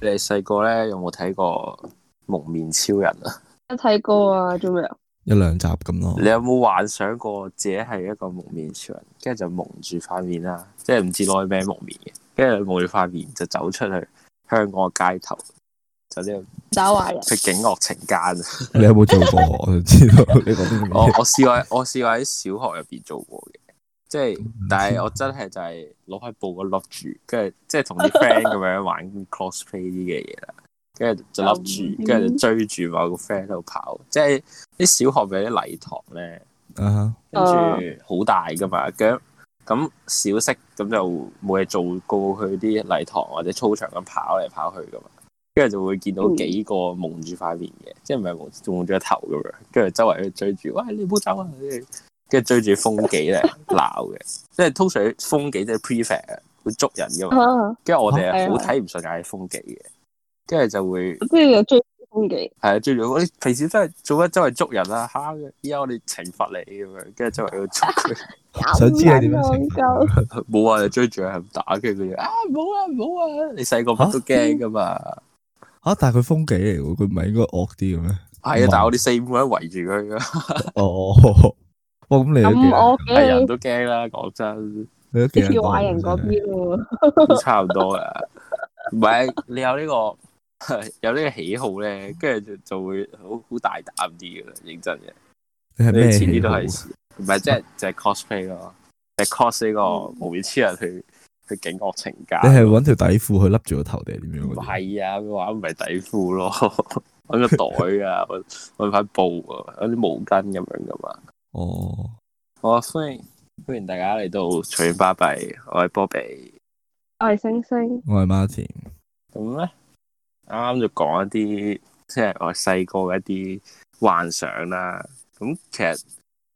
你細個咧有冇睇過《蒙面超人》啊？有睇過啊，做咩啊？一兩集咁咯你。有冇幻想過自己係一個蒙面超人，跟住就蒙住塊面啦，即係唔知攞咩蒙面嘅，跟住蒙住塊面就走出去香港嘅街頭，就呢打壞人個，僻警惡情奸啊！你有冇做過？我想知道你 講啲我乜嘢？我試過喺我試過喺小學入邊做過嘅，即係但係我真係就係攞塊布咁笠住，跟住即係同啲 friend 咁樣玩 cosplay 啲嘅嘢啦，跟住就笠住，跟住就追住某個 friend 喺度跑，即係啲小學咪有啲禮堂咧，啊哈，跟哦住好大噶嘛，咁咁小息咁就冇嘢做，過去啲禮堂或者操場咁跑嚟跑去噶嘛。跟住就會見到嗯幾個蒙住塊面嘅，即係唔係蒙蒙住個頭咁樣，跟住周圍去追住，喂你唔好走啊！你跟住追住風紀咧鬧嘅，即係通常風紀即係 prefect 啊會捉人噶嘛，啊，跟住我係哋係啊好睇唔順眼風紀嘅，跟住就會跟住又追風紀，係啊追住我，你平時真係做乜周圍捉人啊嚇！依家我哋懲罰你咁樣，跟住周圍去捉佢。想知你點樣成夠功？冇啊！你追住佢係咁打，跟住 佢就啊冇啊冇啊！你細個乜都驚噶嘛，啊，但係佢風紀嚟喎，佢唔係應該惡啲嘅咩？係啊！但係我哋四五個人圍住 佢㗎，哦，哇，咁你都幾咁我係啊人嘅都驚啦，講真你都幾你跳壞人嗰邊喎，都差唔多啦。唔係你有呢、個 有呢個喜好咧，跟住就就會好好大膽啲噶啦，認真嘅。你係你咩遲戲啲都好？啊係唔係即係就係 cosplay 咯，就係 cos 呢個無面超人去去警惡情奸。你係揾條底褲去笠住個頭定係點樣唔嗰啲？係啊，佢話唔係底褲咯， 揾個袋啊，揾揾塊布啊，揾啲毛巾咁樣噶嘛。哦，好啊，歡迎歡迎大家嚟到隨緣巴閉，我係 Bobby。我係星星，我係 Martin。咁咧，啱啱就講一啲即係我細個嘅一啲幻想啦。咁其實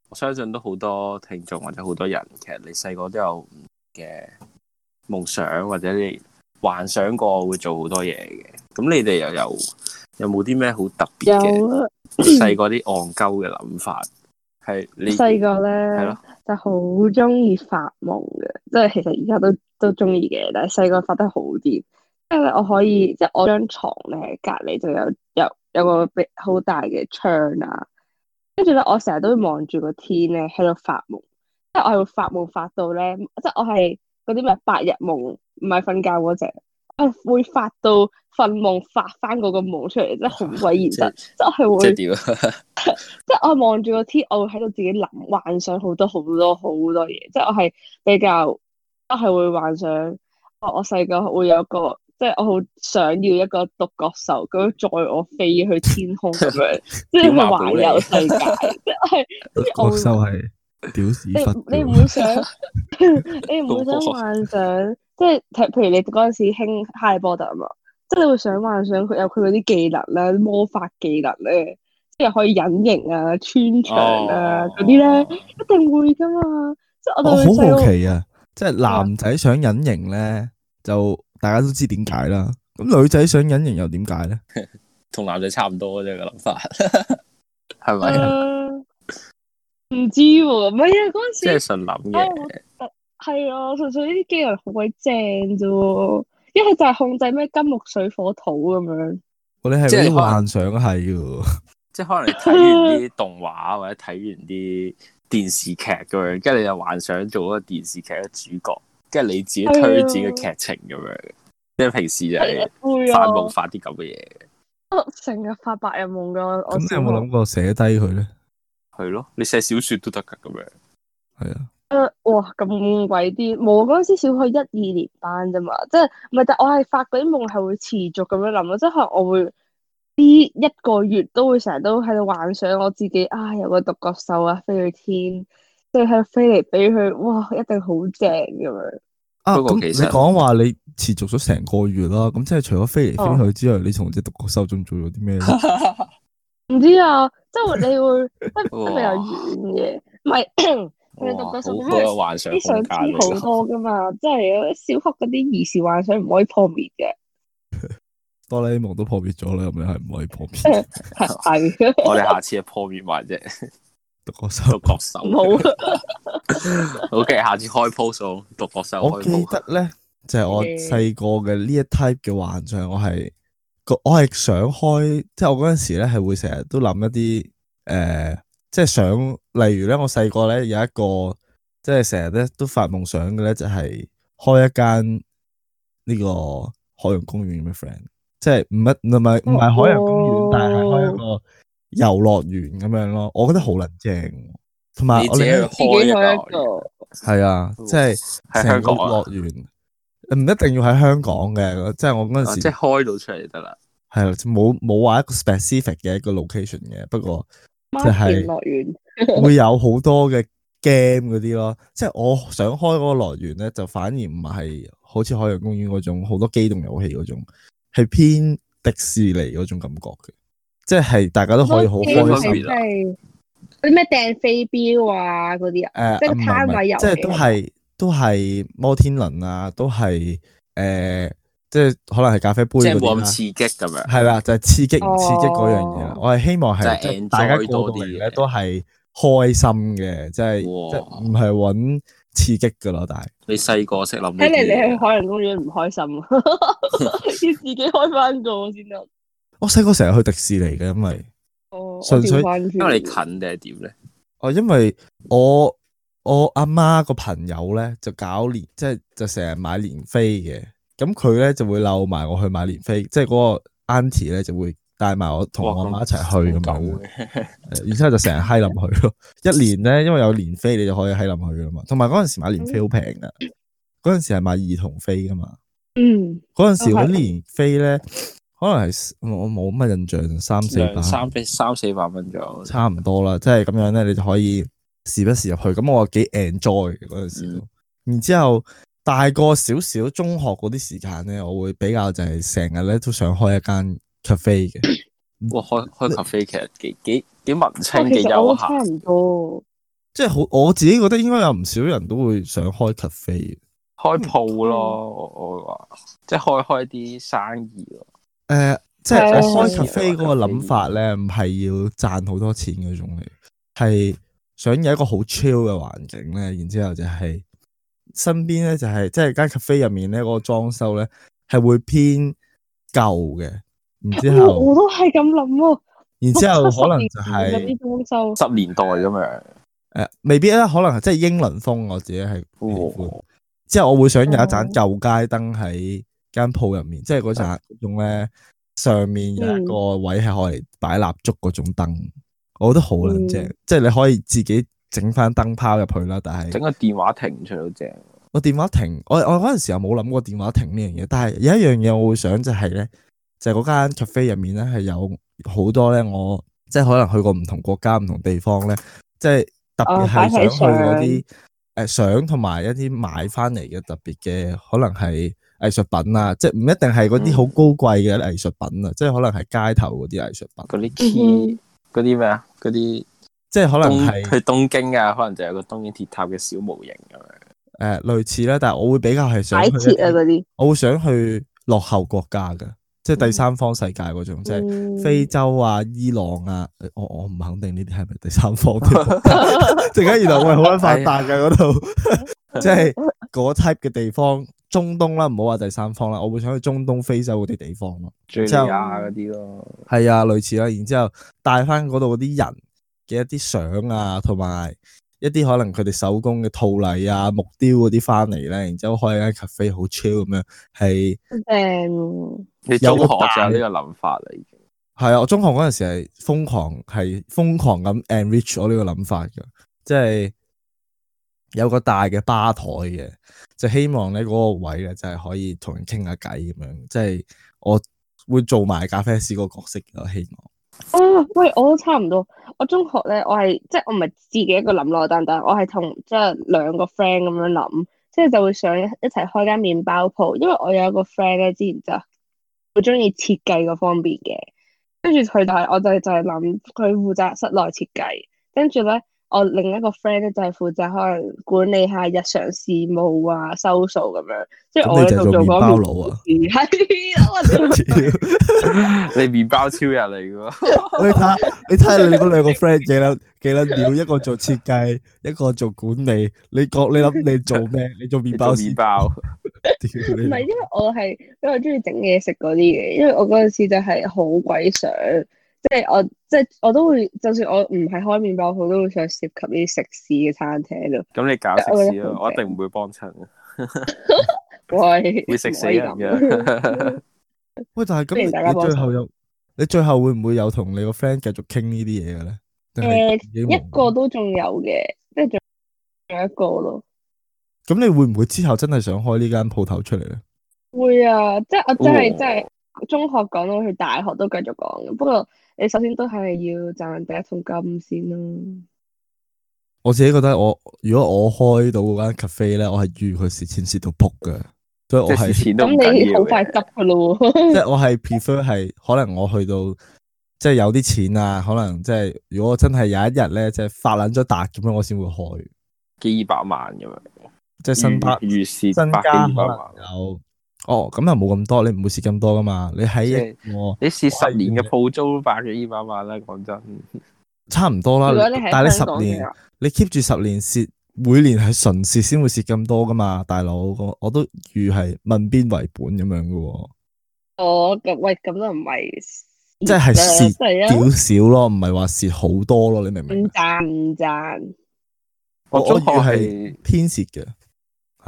我相信都好多聽眾或者好多人，其實你細個都有唔同嘅夢想或者你幻想過會做好多嘢嘅。咁你哋又有有冇啲咩好特別嘅有啊細個啲戇鳩嘅諗法？係你細個係咧咯，就好中意發夢嘅，即係其實而家都都中意嘅，但係細個發得好啲，因為咧我可嗯以即係我張床咧隔離就有有有個比好大嘅窗啊，跟住咧我成日都會望住個天咧喺度發夢，即係我係會發夢發到咧，即係我係嗰啲咩白日夢，唔係瞓覺嗰只，我係會發到瞓夢發翻嗰個夢出嚟，真係好鬼現實，即係我係哦即會係。 點啊？即係我望住個天，我會喺度自己諗幻想好多好多好多嘢。即係我係比較，我係會幻想，哦，我細個會有個，即係我好想要一個獨角獸咁樣載我飛去天空咁樣，即係去環遊世界。即係我係，國我會秀係屌屎忽你你唔嘅會想，你唔會想幻想，即係譬譬如你嗰陣時興哈利波特啊嘛，即係你會想幻想佢有佢嗰啲技能咧，魔法技能咧，即係可以隱形啊、穿牆哦啊嗰啲咧。咧，一定會噶嘛，即係我我哋會好好細個奇啊，即係男仔想隱形咧，就大家都知點解啦。咁女仔想隱形又點解咧？同男仔差唔多啫個諗法，係咪啊？呃唔知喎，唔係啊嗰即陣係時純諗哎嘅。係啊，純粹呢啲機能好鬼正啫喎，一係就係控制咩金木水火土咁樣，我哋係即係嗰可啲能幻想係嘅，即係可能你睇完啲動畫 或者睇完啲電視劇咁樣，跟住你就幻想做嗰個電視劇嘅主角，跟住你自己推展嘅劇情咁樣。即係平時就係會發啊，夢發啲咁嘅嘢，我哦成日發白日夢噶，我咁你有冇諗過寫低佢咧？係咯？你寫小説都得㗎咁樣。係啊，誒，哇，咁鬼啲！冇嗰陣時小學一二年班啫嘛，即係唔係？但我係發嗰啲夢係會持續咁樣諗咯，即係可能我會呢一個月都會成日都喺度幻想我自己啊，有個獨角獸啊，飛去天，即係喺度飛嚟飛去，哇，一定好正咁樣。啊不過咁其你實講話你持續咗成個月啦，咁即係除咗飛嚟飛去之外，你同隻獨角獸仲做咗 啲咩呢？唔知啊，即係你會即係比較哇遠嘅，唔係佢哋哇獨角獸好因為好有幻想啲空想間知好多噶嘛，即係小學嗰啲兒時幻想唔可以破滅嘅，哆啦 A 夢都破滅咗啦，咁你係唔可以破 滅係 我哋下次就破滅埋啫，獨角獸獨。角唔好獸。。OK，下次開 post 咯，獨角獸我開記 post。得咧，就係我細個嘅呢一 type 嘅幻象，我係個我係想開，即係我嗰陣時咧係會成日都諗一啲誒、呃即係想，例如咧我細個咧有一個，即係成日咧都發夢想嘅咧就係、開一間呢個海洋公園嘅 friend，即係唔一唔係唔係海洋公園，哦但係開一個遊樂園咁樣咯，我覺得好撚正喎，同埋你我自己哦哋去咧自己開開一一個個，係啊，即係。喺成香個港啊樂園，唔一定要喺香港嘅，即係我嗰啊陣時即係開到出嚟就得啦。係啦冇冇話一個 specific 嘅一個 location 嘅，不過孖就係田樂園，會有好多嘅 game 嗰啲咯。即係我想開嗰個樂園咧，就反而唔係好似海洋公園嗰種好多機動遊戲嗰種，係偏迪士尼嗰種感覺嘅，即係大家都可以好開開心心。即係嗰啲咩掟飛鏢啊嗰啲啊，诶，即係唔係攤位唔係遊即戲係都係都係摩天輪啊，都係诶、誒即係可能係咖啡杯即嗰係冇啲啦咁。刺激咁樣。系啦，就係刺激唔刺激嗰樣嘢啦哦。我係希望係即係即係大家 enjoy 過到多啲嚟嘅咧都係開心嘅，即係哇即係唔係揾刺激噶咯。但係你細個識諗呢睇嚟啲你去嘢，海洋公園唔開心啊， 要自己開翻個先得。我細個成日去迪士尼嘅，因為哦，純粹因因為你近定係點咧？哦，因為我我阿媽個朋友咧就搞年，即係就成日買年飛嘅，咁佢咧就會溜埋我去買年飛，即係嗰個 a u n t i 咧就會帶埋我同哇我阿咁媽一齊去咁好啊樣舊。然之後就成日閪冧佢咯。一年咧，因為有年飛，你就可以閪冧佢噶啦嘛。同埋嗰陣時買年飛好平噶，嗰陣時係買兒童飛噶嘛。嗯，嗰陣時哦嗰都係啲年飛咧，可能係我冇乜印象，三四兩百三比三四百蚊左右，差唔多啦。即係咁樣咧，你就可以時不時入去。咁我幾 enjoy 嘅嗰陣時嗯都。然之後大個少少，中學嗰啲時間咧，我會比較就係成日咧都想開一間 cafe 嘅。哇！開開咖啡其實幾幾幾文青我哦其幾休實我都閒差。唔多，即係好，我自己覺得應該有唔少人都會想開 cafe 嘅開鋪咯，我我會話即係開開啲生意咯。诶、呃即係係我開所以 cafe 嗰個諗法咧，唔係要賺好多錢嗰種嚟，係想有一個好 chill 嘅環境咧，然之后就係身邊咧就係即係間 cafe 入面咧嗰個裝修咧係會偏舊嘅，然之我我后都係咁諗喎。然之后可能60年就前嗰係啲裝修，十年代咁樣，诶、呃未必啦，可能係即係英倫風，我自己係喜歡哇！之後我會想有一盞哦舊街燈喺間鋪入面，即係嗰盞用咧上面有一個位係可以擺蠟燭嗰種燈，我覺得好撚正。即係你可以自己整翻燈泡入去啦，但係整個電話亭出到正，我電話亭，我我嗰陣時又冇諗過電話亭呢樣嘢，但係有一樣嘢我會想就係咧，就係嗰間 cafe 入面咧係有好多咧，我即係可能去過唔同國家、唔同地方咧，即係特別哦擺係睇想去嗰相啲誒相同埋一啲買翻嚟嘅特別嘅，可能係藝術品啊，即係唔一定係嗰嗯啲好高貴嘅藝術品啊，即係可能係街頭嗰啲藝術品，嗰啲嗯 key，嗰啲咩啊，嗰啲即係可能東係。去東京啊，可能就有個東京鐵塔嘅小模型咁樣。誒、呃類似啦，但係我會比較係想擺去一設啊啲嗰啲，我會想去落後國家嘅，即係第三方世界嗰種，即係係非洲啊、伊朗啊，誒我我唔肯定呢啲係咪第三方嘅國家， 陣間原來喂好撚發達嘅嗰度，即係嗰 type 嘅地方，中東啦，唔好話第三方啦，我會想去中東、非洲嗰啲地方咯，敘利亞嗰啲咯，係啊，類似啦，然之後帶翻嗰度嗰啲人嘅一啲相啊，同埋。一啲可能佢哋手工嘅套禮啊、木雕嗰啲翻嚟咧，然之後開間 cafe 好 chill 咁樣，係誒，你有中個學大就有呢個諗法啦，已經。系啊，我中學嗰阵时系疯狂，係瘋狂咁 enrich 我呢個諗法嘅，即係有個大嘅吧台嘅，就希望咧嗰個位咧就係可以同人傾下偈咁樣，即係我會做埋咖啡師個角色嘅，我希望。啊，喂，我都差唔多。我中學咧，我係即係我唔係自己一個諗咯，但但我係同即係兩個 friend 咁樣諗，即係就會想一齊開間麵包鋪，因為我有一個 friend 咧，之前就好中意設計嗰方面嘅，跟住佢就係我就就係諗佢負責室內設計，跟住咧我另一個 friend 咧就係負責可能管理下日常事務啊、收數咁樣，即係咁我你咧就就做做麵嗰包面佬啊 係啊，我就 你麵包超人嚟嘅喎，你睇下， 你睇下你嗰兩個 friend 幾撚幾撚屌，一個做設計，一個做管理，你覺你諗你做咩？你做麵你包做師麵，包屌唔係，你因為我係因為中意整嘢食嗰啲嘅，因為我嗰陣時就係好鬼想，即係我即係我都會，就算我唔係開麵包鋪，都會想涉及呢啲食肆嘅餐廳咯。咁你搞食肆 咯，我一定唔會幫襯嘅，喂，會食唔死可以人 咁嘅。喂！但係咁歡迎大家你，幫你手最後有你最後會唔會有同你個 friend 繼續傾呢啲嘢嘅咧？定係誒自己忙一個都仲有嘅，即係仲有一個咯。咁你會唔會之後真係想開呢間鋪頭出嚟咧？會啊，即係我真係哦真係中學講到去大學都繼續講嘅，不過你首先都係要賺第一桶金先咯。我自己覺得我如果我開到嗰間 cafe 咧，我係預佢蝕錢蝕到仆嘅，所以我即係係錢都唔咁緊你要好快嘅。執噶咯喎，即係我係 prefer 係可能我去到即係有啲錢啊，可能即係如果我真係有一日咧，即係發撚咗達咁樣，我先會開，幾二百萬咁樣，即係新百預預身是家百可幾二百能萬。有哦，咁又冇咁多，你唔會蝕咁多噶嘛？你喺即一係個你試十年嘅鋪租都百幾二百萬啦，講真。差唔多啦如果你，但喺香係港你嘅十年話。你 keep 住十年蝕，每年係純蝕先會蝕咁多噶嘛，大佬，我我都預係問邊為本咁樣噶喎。哦，咁喂，咁都唔係即係蝕蝕啦係啊，少少咯，唔係話蝕好多咯，你明唔唔明？啊賺唔賺，我我中學我以係為嗯偏蝕嘅，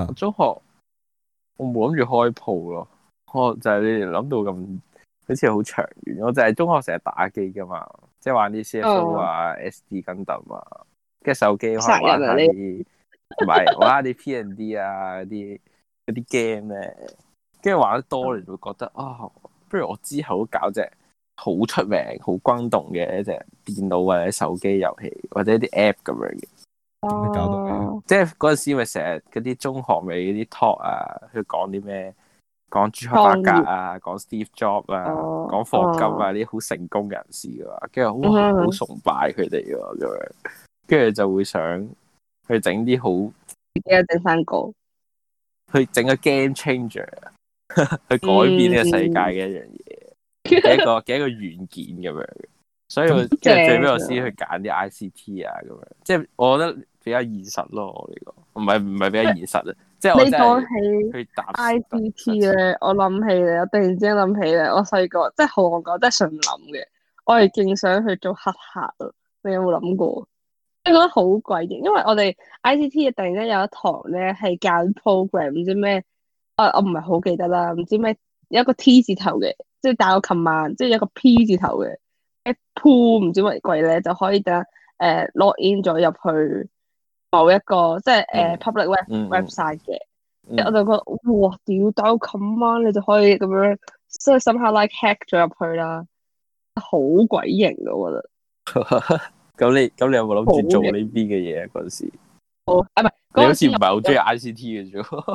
我中學，我冇諗住開鋪咯。我就係你哋諗到咁，好似好長遠。我就係中學成日打機噶嘛，即係玩啲 CFO 啊、SD 跟揼啊，跟住手機可能玩下嗯殺人啊啲，唔係玩下啲 P&D 啊嗰啲嗰啲 game 咧。跟住玩得多，你就會覺得啊，不如我之後都搞隻好出名、好轟動嘅一隻電腦或者手機遊戲，或者啲 app 咁樣嘅。咁你搞到咩哦即係嗰陣時咪成日嗰啲中學咪嗰啲 talk 啊，去講啲咩，講朱克伯格啊，講 Steve Jobs 啊，哦講霍金啊，呢啲好成功人士噶嘛，跟住嗯哇哼好崇拜佢哋喎咁樣，跟住就會想去整啲好，自己有整翻個，去整個 game changer，去改變呢個世界嘅一樣嗯嘢，嘅一個嘅一個軟件咁樣嘅，所以我咁即係最正尾我啊先去揀啲 I C T 啊咁樣，即係我覺得比較現實咯，我呢個唔係唔係比較現實啊，即係我你真講係起去搭 I C T，咧，啊我諗起咧，我突然之間諗起咧，我細個即係好戇鳩，即係純諗嘅，我係勁想去做黑客咯，你有冇諗過？即係覺得好貴嘅，因為我哋 I C T 突然間有一堂咧係教 program 唔知咩，啊我唔係好記得啦，唔知咩有一個 T 字頭嘅，即係但我琴晚即係有一個 P 字頭嘅，一 pull 唔知乜鬼咧就可以等誒 log in 咗入去某一個即係誒嗯 public web 嗯，嗯 website 嘅。嗯我就覺得哇屌，但我琴晚你就可以咁樣，即係 somehow like hack 咗入去啦，好鬼型嘅我覺得。咁你咁你有冇諗住做好嘅呢邊嘅嘢啊嗰陣時？我啊唔係你好嗰陣似時唔係好中意 I C T 嘅啫喎，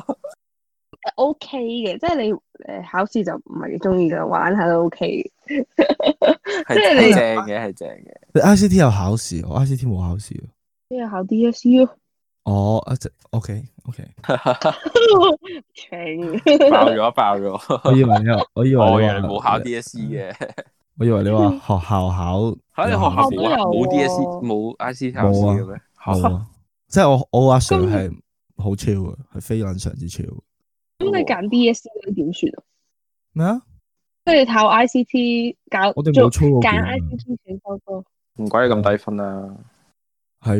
我 OK 嘅，即係你誒考試就唔係幾中意嘅，玩下都 OK 嘅。係即係你係正嘅，係正嘅。你 I C T 有考試，我 I C T 冇考試。跟住考 E DSU，哦，一直 OK OK， 停爆咗爆 咗，我以為你話，我以為我你原來話冇考 D S E 嘅，我以為你話學校考，嚇你學校都冇有啊冇喎 D S E 冇 I C T 考試嘅咩？冇啊，即係我我阿 Sir 咁係好超嘅，係非撚常之超嘅咁你揀 DSU 點算啊？咩啊？即係你考 ICT 搞我哋做冇操過卷揀啊 ICT 選科科，唔怪你咁低分啊啦。係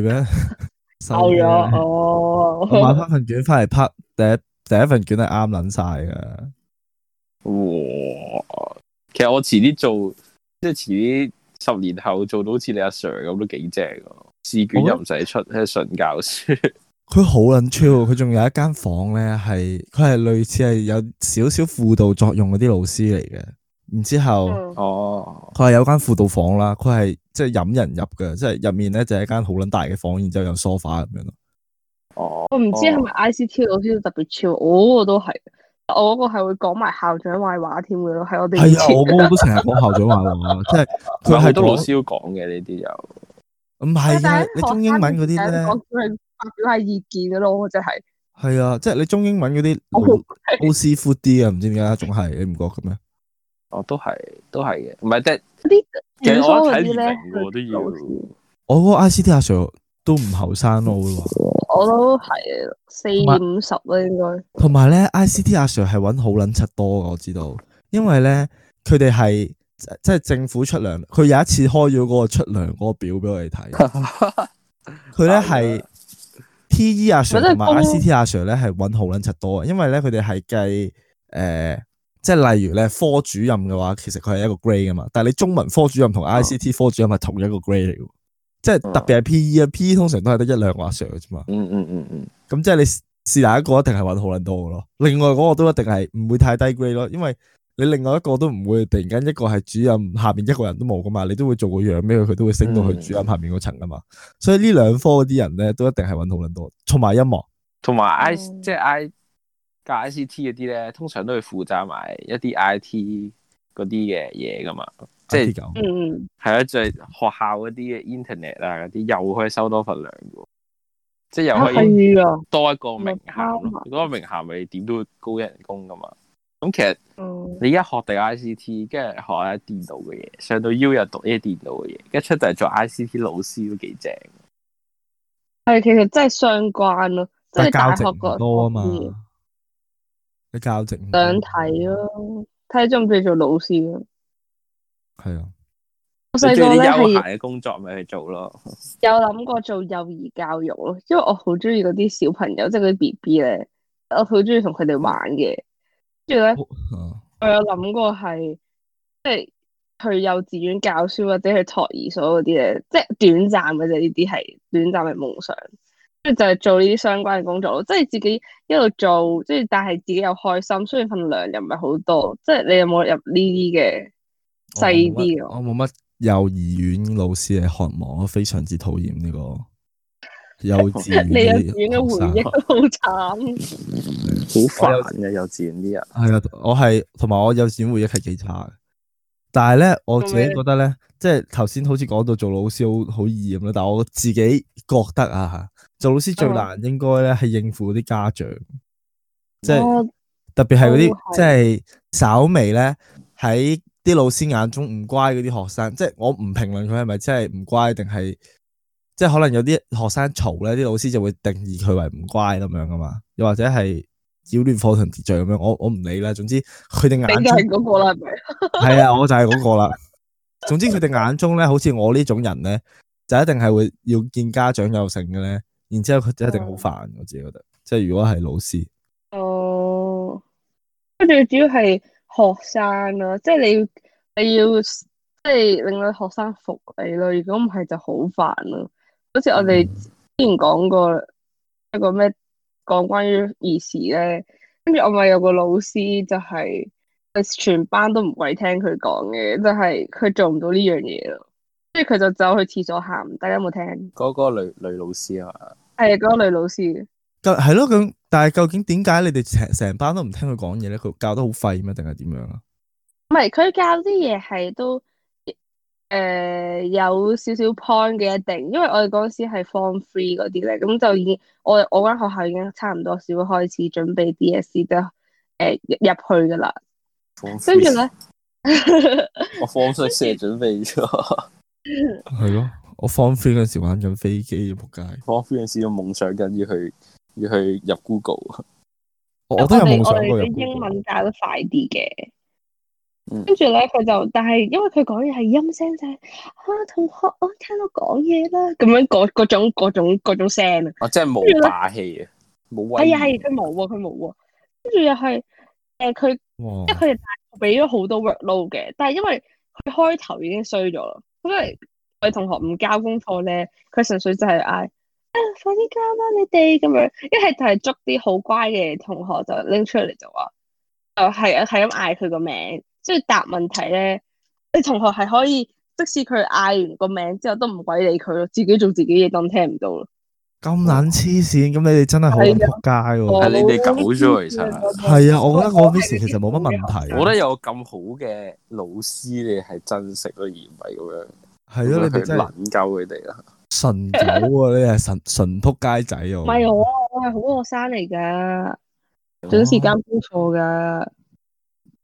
咩？ 牛收啊咗啫我買啊哦。翻份卷翻嚟拍第一第一份卷係啱撚晒嘅。哇！其實我遲啲做，即係遲啲十年後做到好似你阿 Sir 咁都幾正喎。試卷又唔使出，喺度純教書。佢好撚超，佢仲有一間房咧，係佢係類似係有少少輔導作用嗰啲老師嚟嘅。然之後嗯哦，佢係有間輔導房啦，佢係即係引人入嘅，即係入面咧就係一間好撚大嘅房，然之後有 sofa 咁樣咯。哦，我唔知係咪 ICT 老師都特別超，我嗰個都係，我嗰個係會講埋校長壞話添嘅咯，喺我哋以係啊，前我嗰個都成日講校長話我，即係佢佢係好多老講師都講嘅呢啲又。唔係啊但係喺學生面前，你中英文嗰啲咧我叫佢發表下意見嘅咯，我就係係啊，即係你中英文嗰啲我好老師闊啲啊，唔知點解仲係你唔覺嘅咩？哦，都係，都係嘅，唔係即係其遠實我所嗰覺得睇啲年咧齡喎都要。我嗰個 I C T 阿 Sir 都唔後生咯，我會話我都係四五十啦，應該。同埋咧，ICT 阿 Sir 係揾好撚柒多嘅，我知道，因為咧佢哋係即係政府出糧，佢有一次開咗嗰個出糧嗰個表俾我哋睇，佢咧係 T.E 阿 Sir 咪即係同埋公 I.C.T 阿 Sir 咧係揾好撚柒多嘅，啊因為咧佢哋係計誒，即係例如咧科主任嘅話，其實佢係一個 grade 噶嘛，但係你中文科主任同 I.C.T 科主任係同一個 grade 嚟嘅喎，即係特別係 P.E 啊，P.E 通常都係得一兩個阿 Sir 嘅啫嘛。嗯嗯嗯嗯，咁即係你是是但一個一定係揾好撚多嘅咯，另外嗰個都一定係唔會太低 grade 咯，因為你另外一個都唔會突然間一個係主任下面一個人都冇噶嘛，你都會做個樣俾佢，佢都會升到嗯去主任下面嗰層噶嘛，所以呢兩科嗰啲人咧都一定係揾好撚多，同埋音樂同埋 I 嗯即係 I 加 ICT 嗰啲咧，通常都會負責埋一啲 IT 嗰啲嘅嘢噶嘛，即係 IT 狗嗯，係啊，就係、學校嗰啲嘅 internet 啊嗰啲，又可以收多份糧嘅喎，即係又啊可以。係啊，多一個名咪銜包咯埋。嗰個名銜你點都會高一人工噶嘛。咁其實嗯，你一學定 I C T，跟住學下電腦嘅嘢，上到 U 又讀呢啲電腦嘅嘢，跟住出到嚟做 I C T 老師都幾正。係其實真係相關咯，即但係係教大值學唔嗰多啊嘛嗰啲，你教值唔多想睇，咯，睇中唔中意做老師咯。係啊，我你細中個意咧啲休閒係嘅工作咪去做咯。哦有諗過做幼兒教育咯，因為我好中意嗰啲小朋友，即係嗰啲 B B 咧，我好中意同佢哋玩嘅。跟住咧，啊我有諗過係即係去幼稚園教書或者去托兒所嗰啲咧，即係短暫嘅啫。呢啲係短暫嘅夢想，跟住就係做呢啲相關嘅工作咯。即係自己一路做，即係但係自己又開心，雖然份糧又唔係好多。即係你有冇入呢啲嘅細啲啊嘅？我冇乜我冇乜幼兒園老師嘅渴望，我非常之討厭呢個幼稚園 你幼啲稚園嘅學生回憶都好慘。好煩嘅幼稚園啲人。系啊，我系同埋我幼稚園回憶係幾差嘅，但係咧我自己覺得咧，即係頭先好似講到做老師好好易咁啦，但系我自己覺得啊，做老師最嗯難應該咧係應付嗰啲家長，即係我特別係嗰都係啲即係稍微咧喺啲老師眼中唔乖嗰啲學生，即係我唔評論佢係咪真係唔乖定係，即係可能有啲學生嘈咧，啲老師就會定義佢為唔乖咁樣噶嘛，又或者係擾亂課堂秩序咁樣，我我唔理啦。總之佢哋你眼就中係嗰個啦，係咪？係啊，我就係嗰個啦。總之佢哋眼中咧，好似我呢種人咧，就一定係會要見家長有成嘅咧，然之后佢就一定嗯好煩，我自己覺得，即係如果係老師。哦，即係最主要係學生啦，即係你要你要即係令到學生服你咯，如果唔係就好煩咯。好似我哋之前講過一個咩講關於兒時咧，跟住我咪有個老師就係、全班都唔鬼聽佢講嘅，就係、佢做唔到呢樣嘢咯，跟住佢就走去廁所喊，大家有冇聽？嗰、個女女老師啊嘛，係嗰個女老師。咁係咯，咁但係究竟點解你哋成成班都唔聽佢講嘢咧？佢教得好廢咩？定係點樣啊？唔係，佢教啲嘢係都誒、呃有少少 point 嘅一定，因為我哋嗰陣時係 form three 嗰啲咧，咁就已經我我間學校已經差唔多小學開始準備 DSE 都誒入入去㗎啦，跟住咧，我放水射準備咗，係咯，我 form three 嗰陣時玩緊飛機，仆街！放飛嗰時都夢想緊要去要去入 Google。我我都有哋夢想我過哋入啲英 Google 文教得快啲嘅嗯。跟住咧，佢就但係因為佢講嘢係陰聲就係啊，同學我聽到講嘢啦，咁樣嗰嗰種嗰種嗰種聲啊。我真係冇霸氣啊，冇威係嚴。啊係，佢冇喎，佢冇喎。跟住又係誒，佢哇即係佢哋俾咗好多 workload 嘅，但係因為佢開頭已經衰咗啦，咁為我哋同學唔交功課咧，佢純粹就係嗌啊快啲交啦你哋咁樣，一係就係捉啲好乖嘅同學就拎出嚟就話，就係啊係咁嗌佢個名，即係答問題咧，你同學係可以即使佢嗌完個名之後都唔鬼理佢咯，自己做自己嘢當聽唔到咯。咁撚黐線，咁你哋真係好撚係啊仆街喎！係哦你哋狗啫其實係啊，我覺得我 miss 其實冇乜啊問題。我覺得有咁好嘅老師，你係珍惜咯，而唔係咁樣。係咯，你哋真係撚鳩佢哋啦。神狗啊！你係神 神仆街仔啊！唔係我，我係好學生嚟噶，準時交功課噶，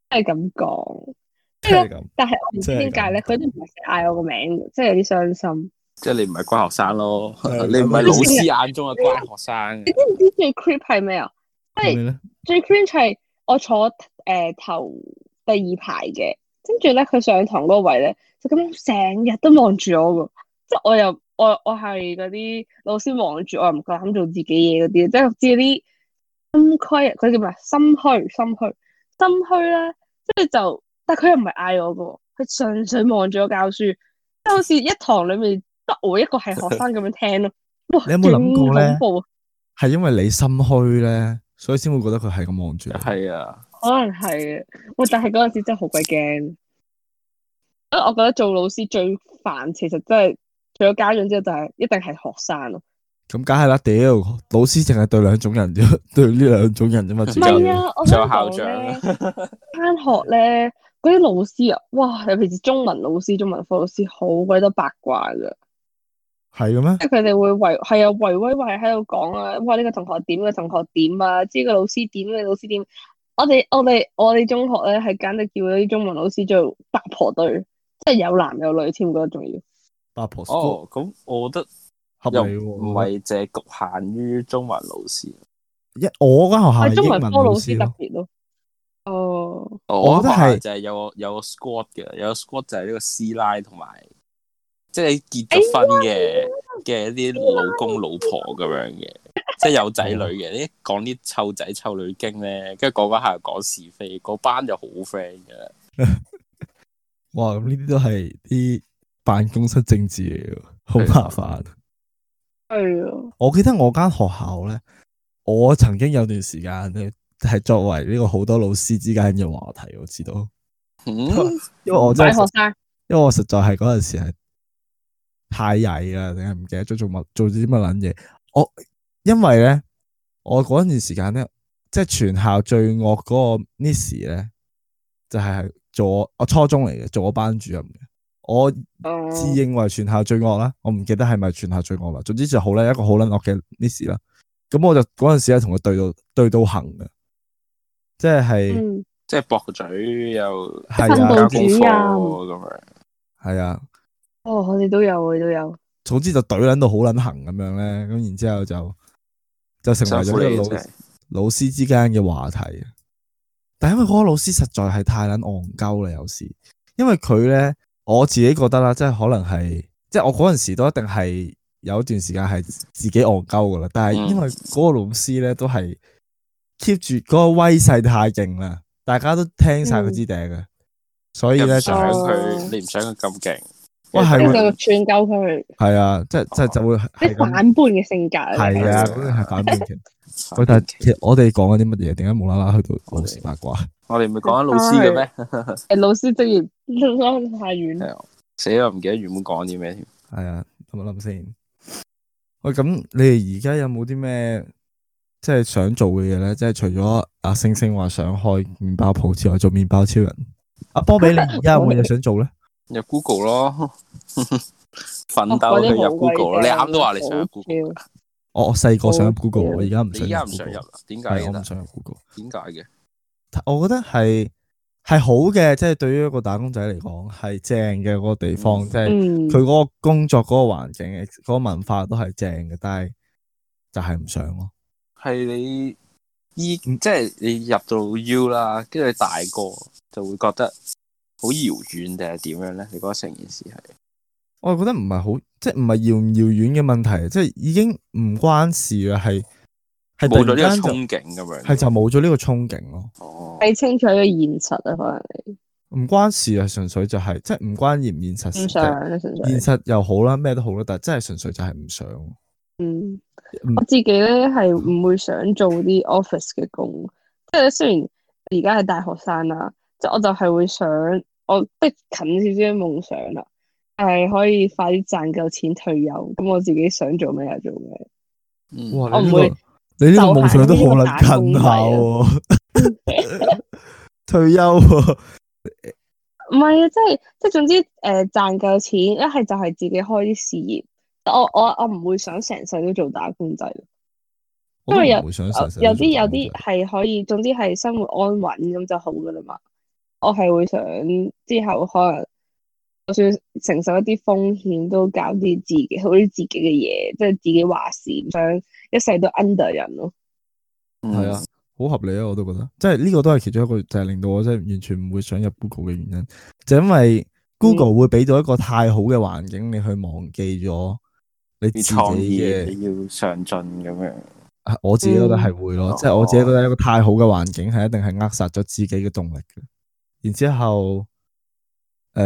真係咁講。真係咁，但係我唔知點解咧，佢都唔係成日嗌我個名嘅，真係有啲傷心。 即係你唔係乖學生咯，係啊你唔係老師眼中嘅乖學生你。知唔知最 creep 係咩啊？咁你咧最 cringe 係我坐誒、呃、頭第二排嘅，跟住咧佢上堂嗰個位咧就咁樣成日都望住我喎，即係我又我我係嗰啲老師望住我又唔夠膽做自己嘢嗰啲，即係知啲心虛，佢叫咩？啊心虛，心虛，心虛咧，即係就但係佢又唔係嗌我嘅喎，佢純粹望住我教書，即係好似一堂裡面得我一個係學生咁樣聽咯。哇你有冇諗過咧勁恐怖啊係因為你心虛咧，所以先會覺得佢係咁望住你。係啊，可能係啊，喂！但係嗰陣時真係好鬼驚，因為我覺得做老師最煩，其實真係除咗家長之後，就係一定係學生咯。咁梗係啦，屌老師淨係對兩種人啫， 對呢兩種人啫嘛，唔主係要啊，我仲有想校講長咧， 翻學咧嗰啲老師啊，哇！尤其是中文老師、中文科老師，好鬼多八卦㗎。係嘅咩？即係佢哋會圍係啊圍威喂喺度講啊，哇呢、個同學點，呢個同學點啊，知個老師點，呢個老師點。我哋我哋我哋中學咧係簡直叫嗰啲中文老師做八婆隊，即係有男有女添，嗰得仲要。八婆 school 哦，咁我覺得合又理喎，唔係淨係局限於中文老師。一我間學校係係中啊英文文科老老師師特咯，別咯。哦，我覺得我覺得係係就係有個有個 squad 嘅，有個 squad 就係呢個師奶同埋，即係結咗婚嘅嘅一啲老公老婆咁樣嘅，即係有仔女嘅。你一講啲湊仔湊女經咧，跟住講講下又講是非，嗰班就好 friend 嘅。哇！咁呢啲都係啲辦公室政治嚟嘅，好麻煩。係啊，我記得我間學校咧，我曾經有段時間咧係作為呢個好多老師之間嘅話題，我知道， 嗯，因為我哦真大學係，生因為我實在係嗰陣時係太曳啦，定係唔記得咗做乜做啲乜撚嘢。我因為咧，我嗰段時間咧，即係全校最惡嗰個 Miss 咧，就係、做我我初中嚟嘅，做我班主任嘅。我哦，自認為全校最惡啦，我唔記得係咪全校最惡啦。總之就好啦，一個好撚惡嘅 miss 啦。咁我就嗰陣時咧同佢對到對到行嘅，即係嗯，即係駁個嘴又係交訓啊導功主任課咁樣。係啊，哦，我哋都有，我哋都有。總之就懟撚到好撚行咁樣咧。咁然之後就就成為辛苦咗你呢真個老係。老師之間嘅話題。但因為嗰個老師實在係太撚戇鳩啦，有時因為佢咧，我自己覺得啦，即係可能係，即係我嗰陣時都一定係有一段時間係自己戇鳩噶啦。但嗯係因為嗰個老師咧都係 keep 住嗰個威勢太勁啦，大家都聽晒佢支笛嘅，所以你咧唔就想哦佢，你唔想佢咁勁。哇係即係喎就串鳩佢，係啊，即係即係就會係啲反咁叛嘅性格嚟係啊，啊咁樣係反面嘅。喂，但係其實我哋講緊啲乜嘢？點解無啦啦去到老師八卦？我哋唔係講緊老師嘅咩？誒老師職業諗太遠啦。死啦，唔記得原本講啲咩添。系啊，諗一諗先。喂，咁你哋而家有冇啲咩即係想做嘅嘢咧？即係除咗阿星星話想開麵包鋪之外，做麵包超人。阿波比，你而家有冇嘢想做咧？入 Google 咯， 奮哦鬥嗰去啲好入 Google 咯。貴你嘅啱都話你想入好 Google，超我我細個想入 Google，我而家唔你而想。家唔想入啦？點解係啊嘅我唔咧？想入 Google。點解嘅？我覺得係係好嘅，即係對於一個打工仔嚟講係正嘅嗰個地方，嗯即係嗯，佢嗰個工作嗰個環境、嗰個文化都係正嘅，但係就係唔想咯。係你依嗯即係你入到 U 啦，跟住你大個就會覺得好遙遠定係點樣咧？你覺得成件事係我覺得唔係好，即係唔係遙唔遙遠嘅問題，即係已經唔關事啦，係冇係突咗呢然間個就憧憬咁樣？係就冇咗呢個憧憬咯，哦，睇清楚咗現實啊，可能唔關事啊，純粹就係、即係唔關現唔現你實事，唔即係想啦，純粹嗯現。實又好啦，咩都好啦，但係真係純粹就係唔想。嗯嗯，我自己咧係唔會想做啲 office 嘅工，即係雖然而家係大學生啦，即係我就係會想我逼近少少嘅夢想啦，係可以快啲賺夠錢退休，咁我自己想做咩就做咩。嗯哇！我你唔呢、個會你呢個夢想都好撚近下喎，啊 退休喎，唔係啊，即係即係總之誒、呃、賺夠錢，一係就係自己開啲事業。我我我唔會想成世都做打工仔，我都因為有唔會想有實實有啲有啲係可以，總之係生活安穩咁就好噶啦嘛。我係會想之後可能就算承受一啲風險，都搞啲自己好啲自己嘅嘢，即係自己話事，唔想一世都 under 人咯。嗯係嗯啊，好合理啊，我都覺得，即係呢個都係其中一個就係令到我真係完全唔會想入 Google 嘅原因，就因為 Google 會俾到一個太好嘅環境，你去忘記咗你自啲己創意嘅，你要上進咁樣。啊我自己覺得係會咯，嗯即係我自己覺得一個太好嘅環境係一定係扼殺咗自己嘅動力嘅。然之後，誒、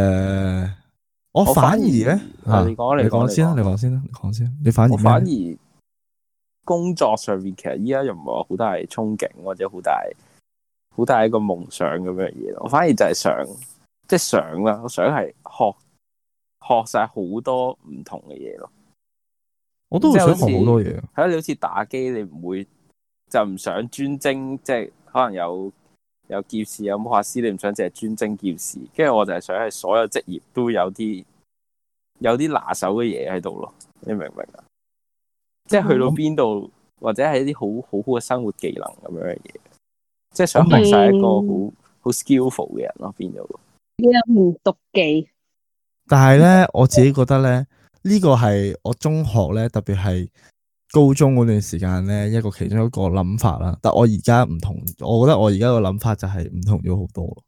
我我反反而咧，而啊你講你你講講先啦，你你講先啦，你講先啦，你反而我咩反而呢工作上面其實依家又唔係話好大憧憬或者好大好大一個夢想咁樣嘅嘢咯。我反而就係想即係想啦，我想係學學晒好多唔同嘅嘢咯。我都會想學好多嘢。啊係咯，你好似打機，你唔會就唔想專精，即係可能有有劍士有魔法師，你唔想淨係專精劍士。跟住我就係想係所有職業都有啲有啲拿手嘅嘢喺度咯，你明唔明啊？即係去到邊度，或者係一啲好好好嘅生活技能咁樣嘅嘢，即係想我學明晒一個好好 skillful 嘅人咯，變咗。你有唔讀記？但係咧，我自己覺得咧，呢、個係我中學咧，特別係高中嗰段時間咧，一個其中一個諗法啦。但我而家唔同，我覺得我而家個諗法就係唔同咗好多咯。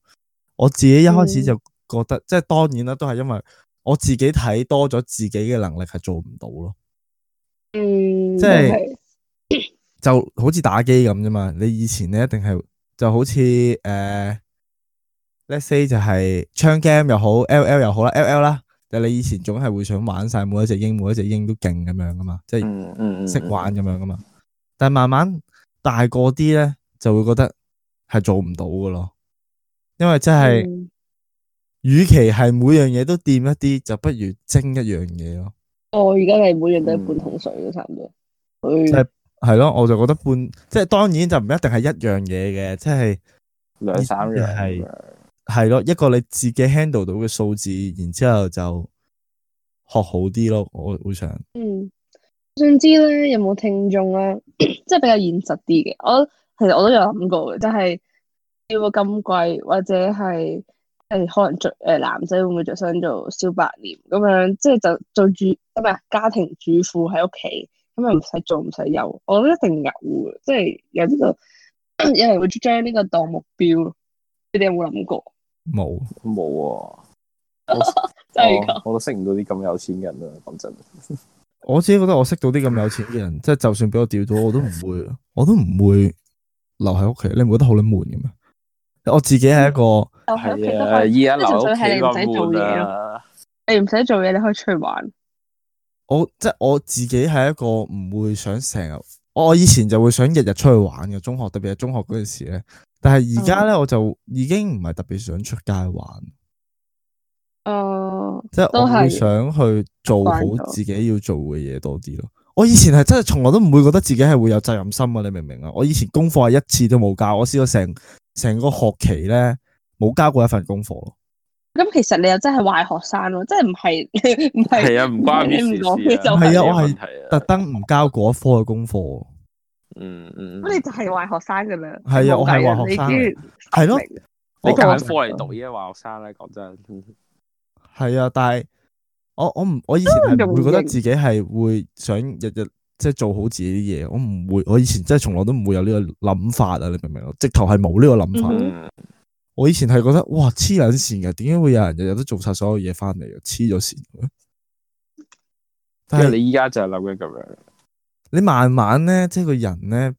我自己一開始就覺得，即係當然啦，都係因為我自己睇多咗自己嘅能力係做唔到咯。嗯，即係都係就好似打機咁啫嘛。你以前咧一定係就好似誒、呃 let's say 就係槍 game 又好，L L 又好啦，L L 啦，就你以前總係會想玩晒每一隻鷹，每一隻鷹都勁咁樣噶嘛，即係嗯嗯嗯，識玩咁樣噶嘛。但係慢慢大個啲咧，就會覺得係做唔到噶咯，因為真係，嗯與其係每樣嘢都掂一啲，就不如精一樣嘢咯。我而家係每樣都係半桶水嘅差唔多。唉即係係咯，我就覺得半即係當然就唔一定係一樣嘢嘅，即係。兩三樣咁係樣系咯，一個你自己 handle 到嘅數字，然之后就學好啲咯。我會想，嗯，想知咧有冇聽眾咧， 即係比較現實啲嘅。我其實我都有諗過嘅，就係要個咁貴，或者係誒可能着誒男仔會唔會着身做小白臉咁樣，即係就做主唔係家庭主婦喺屋企，咁又唔使做唔使有，我覺得一定有嘅，即係有呢個 有人會將呢個當目標咯。你哋有冇諗過？冇，冇喎。即係咁我我都識唔到啲咁有錢人啊！講真，我自己覺得我識到啲咁有錢嘅人，即係就算俾我調到，我都唔會，我都唔會留喺屋企。你唔覺得好撚悶嘅咩？我自己係一個留啊喺屋企都可以，依家留喺屋企個悶啦。你唔使做嘢，你可以出去玩。我即係我自己係一個唔會想成日，我以前就會想日日出去玩嘅。中學特別係中學嗰陣時咧，但係而家咧我就已經唔係特別想出街玩。哦，即系我都會係想去做好慣咗自己要做嘅嘢多啲咯。我以前係真係從來都唔會覺得自己係會有責任心啊！你明唔明啊？我以前功課係一次都冇交，我試過成成個學期咧冇交過一份功課咯。咁其實你又真係壞學生咯，即係 唔係唔係係啊，唔關你唔 business 講事嘅就啊，係係啊我係係特登唔交嗰一科嘅功課，嗯嗯，咁你就係壞學生噶啦。係啊我係壞學生嚟係咯，你我揀科嚟讀依家話學生咧，講真，嗯係啊，但係我我唔我以前係唔會覺得自己係會想日日即係做好自己啲嘢，我唔會，我以前真係從來都唔會有呢個諗法啊！你明唔明啊？直頭係冇呢個諗法。嗯嗯，我以前係覺得哇黐撚線嘅，點解會有人日日都做晒所有嘢翻嚟嘅？啊黐咗線嘅。但因為係你依家就係諗緊咁樣，你慢慢咧，即係個人咧，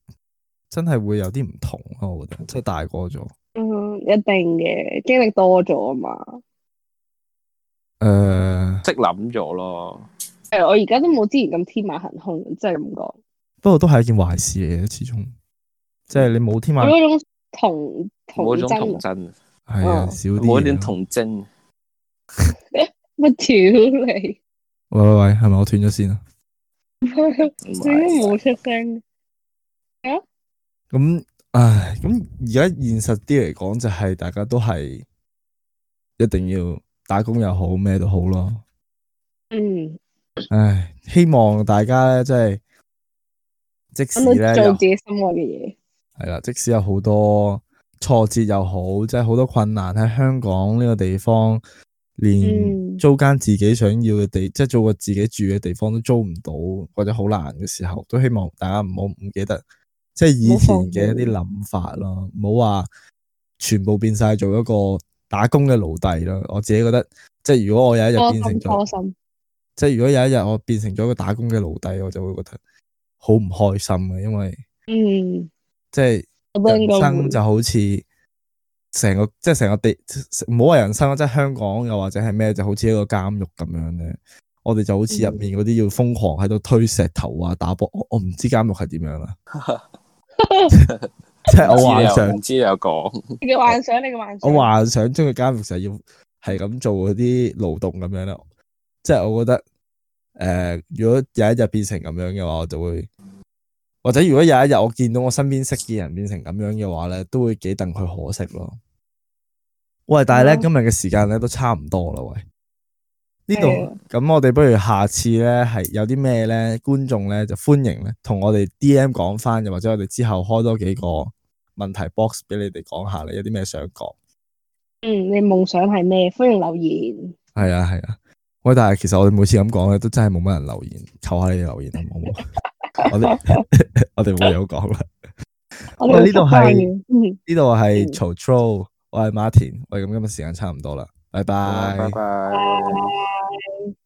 真係會有啲唔同咯。我覺得即係大個咗。嗯，一定嘅，經歷多咗啊嘛。诶、呃即係諗咗咯。誒，我而家都冇之前咁天馬行空，即係咁講。不過都係一件壞事嚟嘅，始終即係你冇啊天我嗯馬嗰種童童冇嗰種童真，真，係啊，嗯少啲哦冇嗰種嘢咯。童真。乜屌你，喂喂喂，係咪我斷咗線啊？唔你都係冇出聲。咁唉，咁而家現實啲嚟講，就係大家都係一定要打工又好，咩都好咯。嗯，唉，希望大家咧，即系即使咁咧到做有自己心愛嘅嘢。系啦，即使有好多挫折又好，即系好多困難喺香港呢個地方，連嗯租間自己想要嘅地，即係租個自己住嘅地方都租唔到，或者好難嘅時候，都希望大家唔好唔記得，即係以唔好前放嘅一啲諗法咯，唔好話全部變晒做一個打工嘅奴隸咯。我自己覺得，即係如果我有一日初變成心咗初。心，即係如果有一日我變成咗一個打工嘅奴隸，我就會覺得好唔開心嘅，因為嗯，即係我都應人該生會就好似成個即係成個地，唔好話人生啦，即係香港又或者係咩，就好似一個監獄咁樣咧。我哋就好似入面嗰啲要瘋狂喺度推石頭啊、打波，我我唔知監獄係點樣啦。即係我幻想唔知你有講，你嘅幻想，你嘅幻想，我幻想中嘅監獄就係要係咁做嗰啲勞動咁樣咯，即係我覺得诶、呃如果有一日變成咁樣嘅話，我就會或者如果有一日我見到我身邊識嘅人變成咁樣嘅話咧，都會幾戥佢可惜咯。喂，但係咧嗯今日嘅時間咧都差唔多啦，喂，呢係啊度咁我哋不如下次咧係有啲咩咧觀眾咧就歡迎咧同我哋 D M 講翻，又或者我哋之後開多幾個問題 box 俾你哋講下你有啲咩想講。嗯，你夢想係咩？歡迎留言，系啊系啊，喂！但系其實我哋每次咁講咧，都真係冇乜人留言，求下你哋留言啊好唔好？我哋 我哋冇嘢好講啦。我喂哋呢會覆度係返嘅嗯呢度係曹操，啊我係 Martin。喂，咁今日時間差唔多啦，拜拜拜。拜。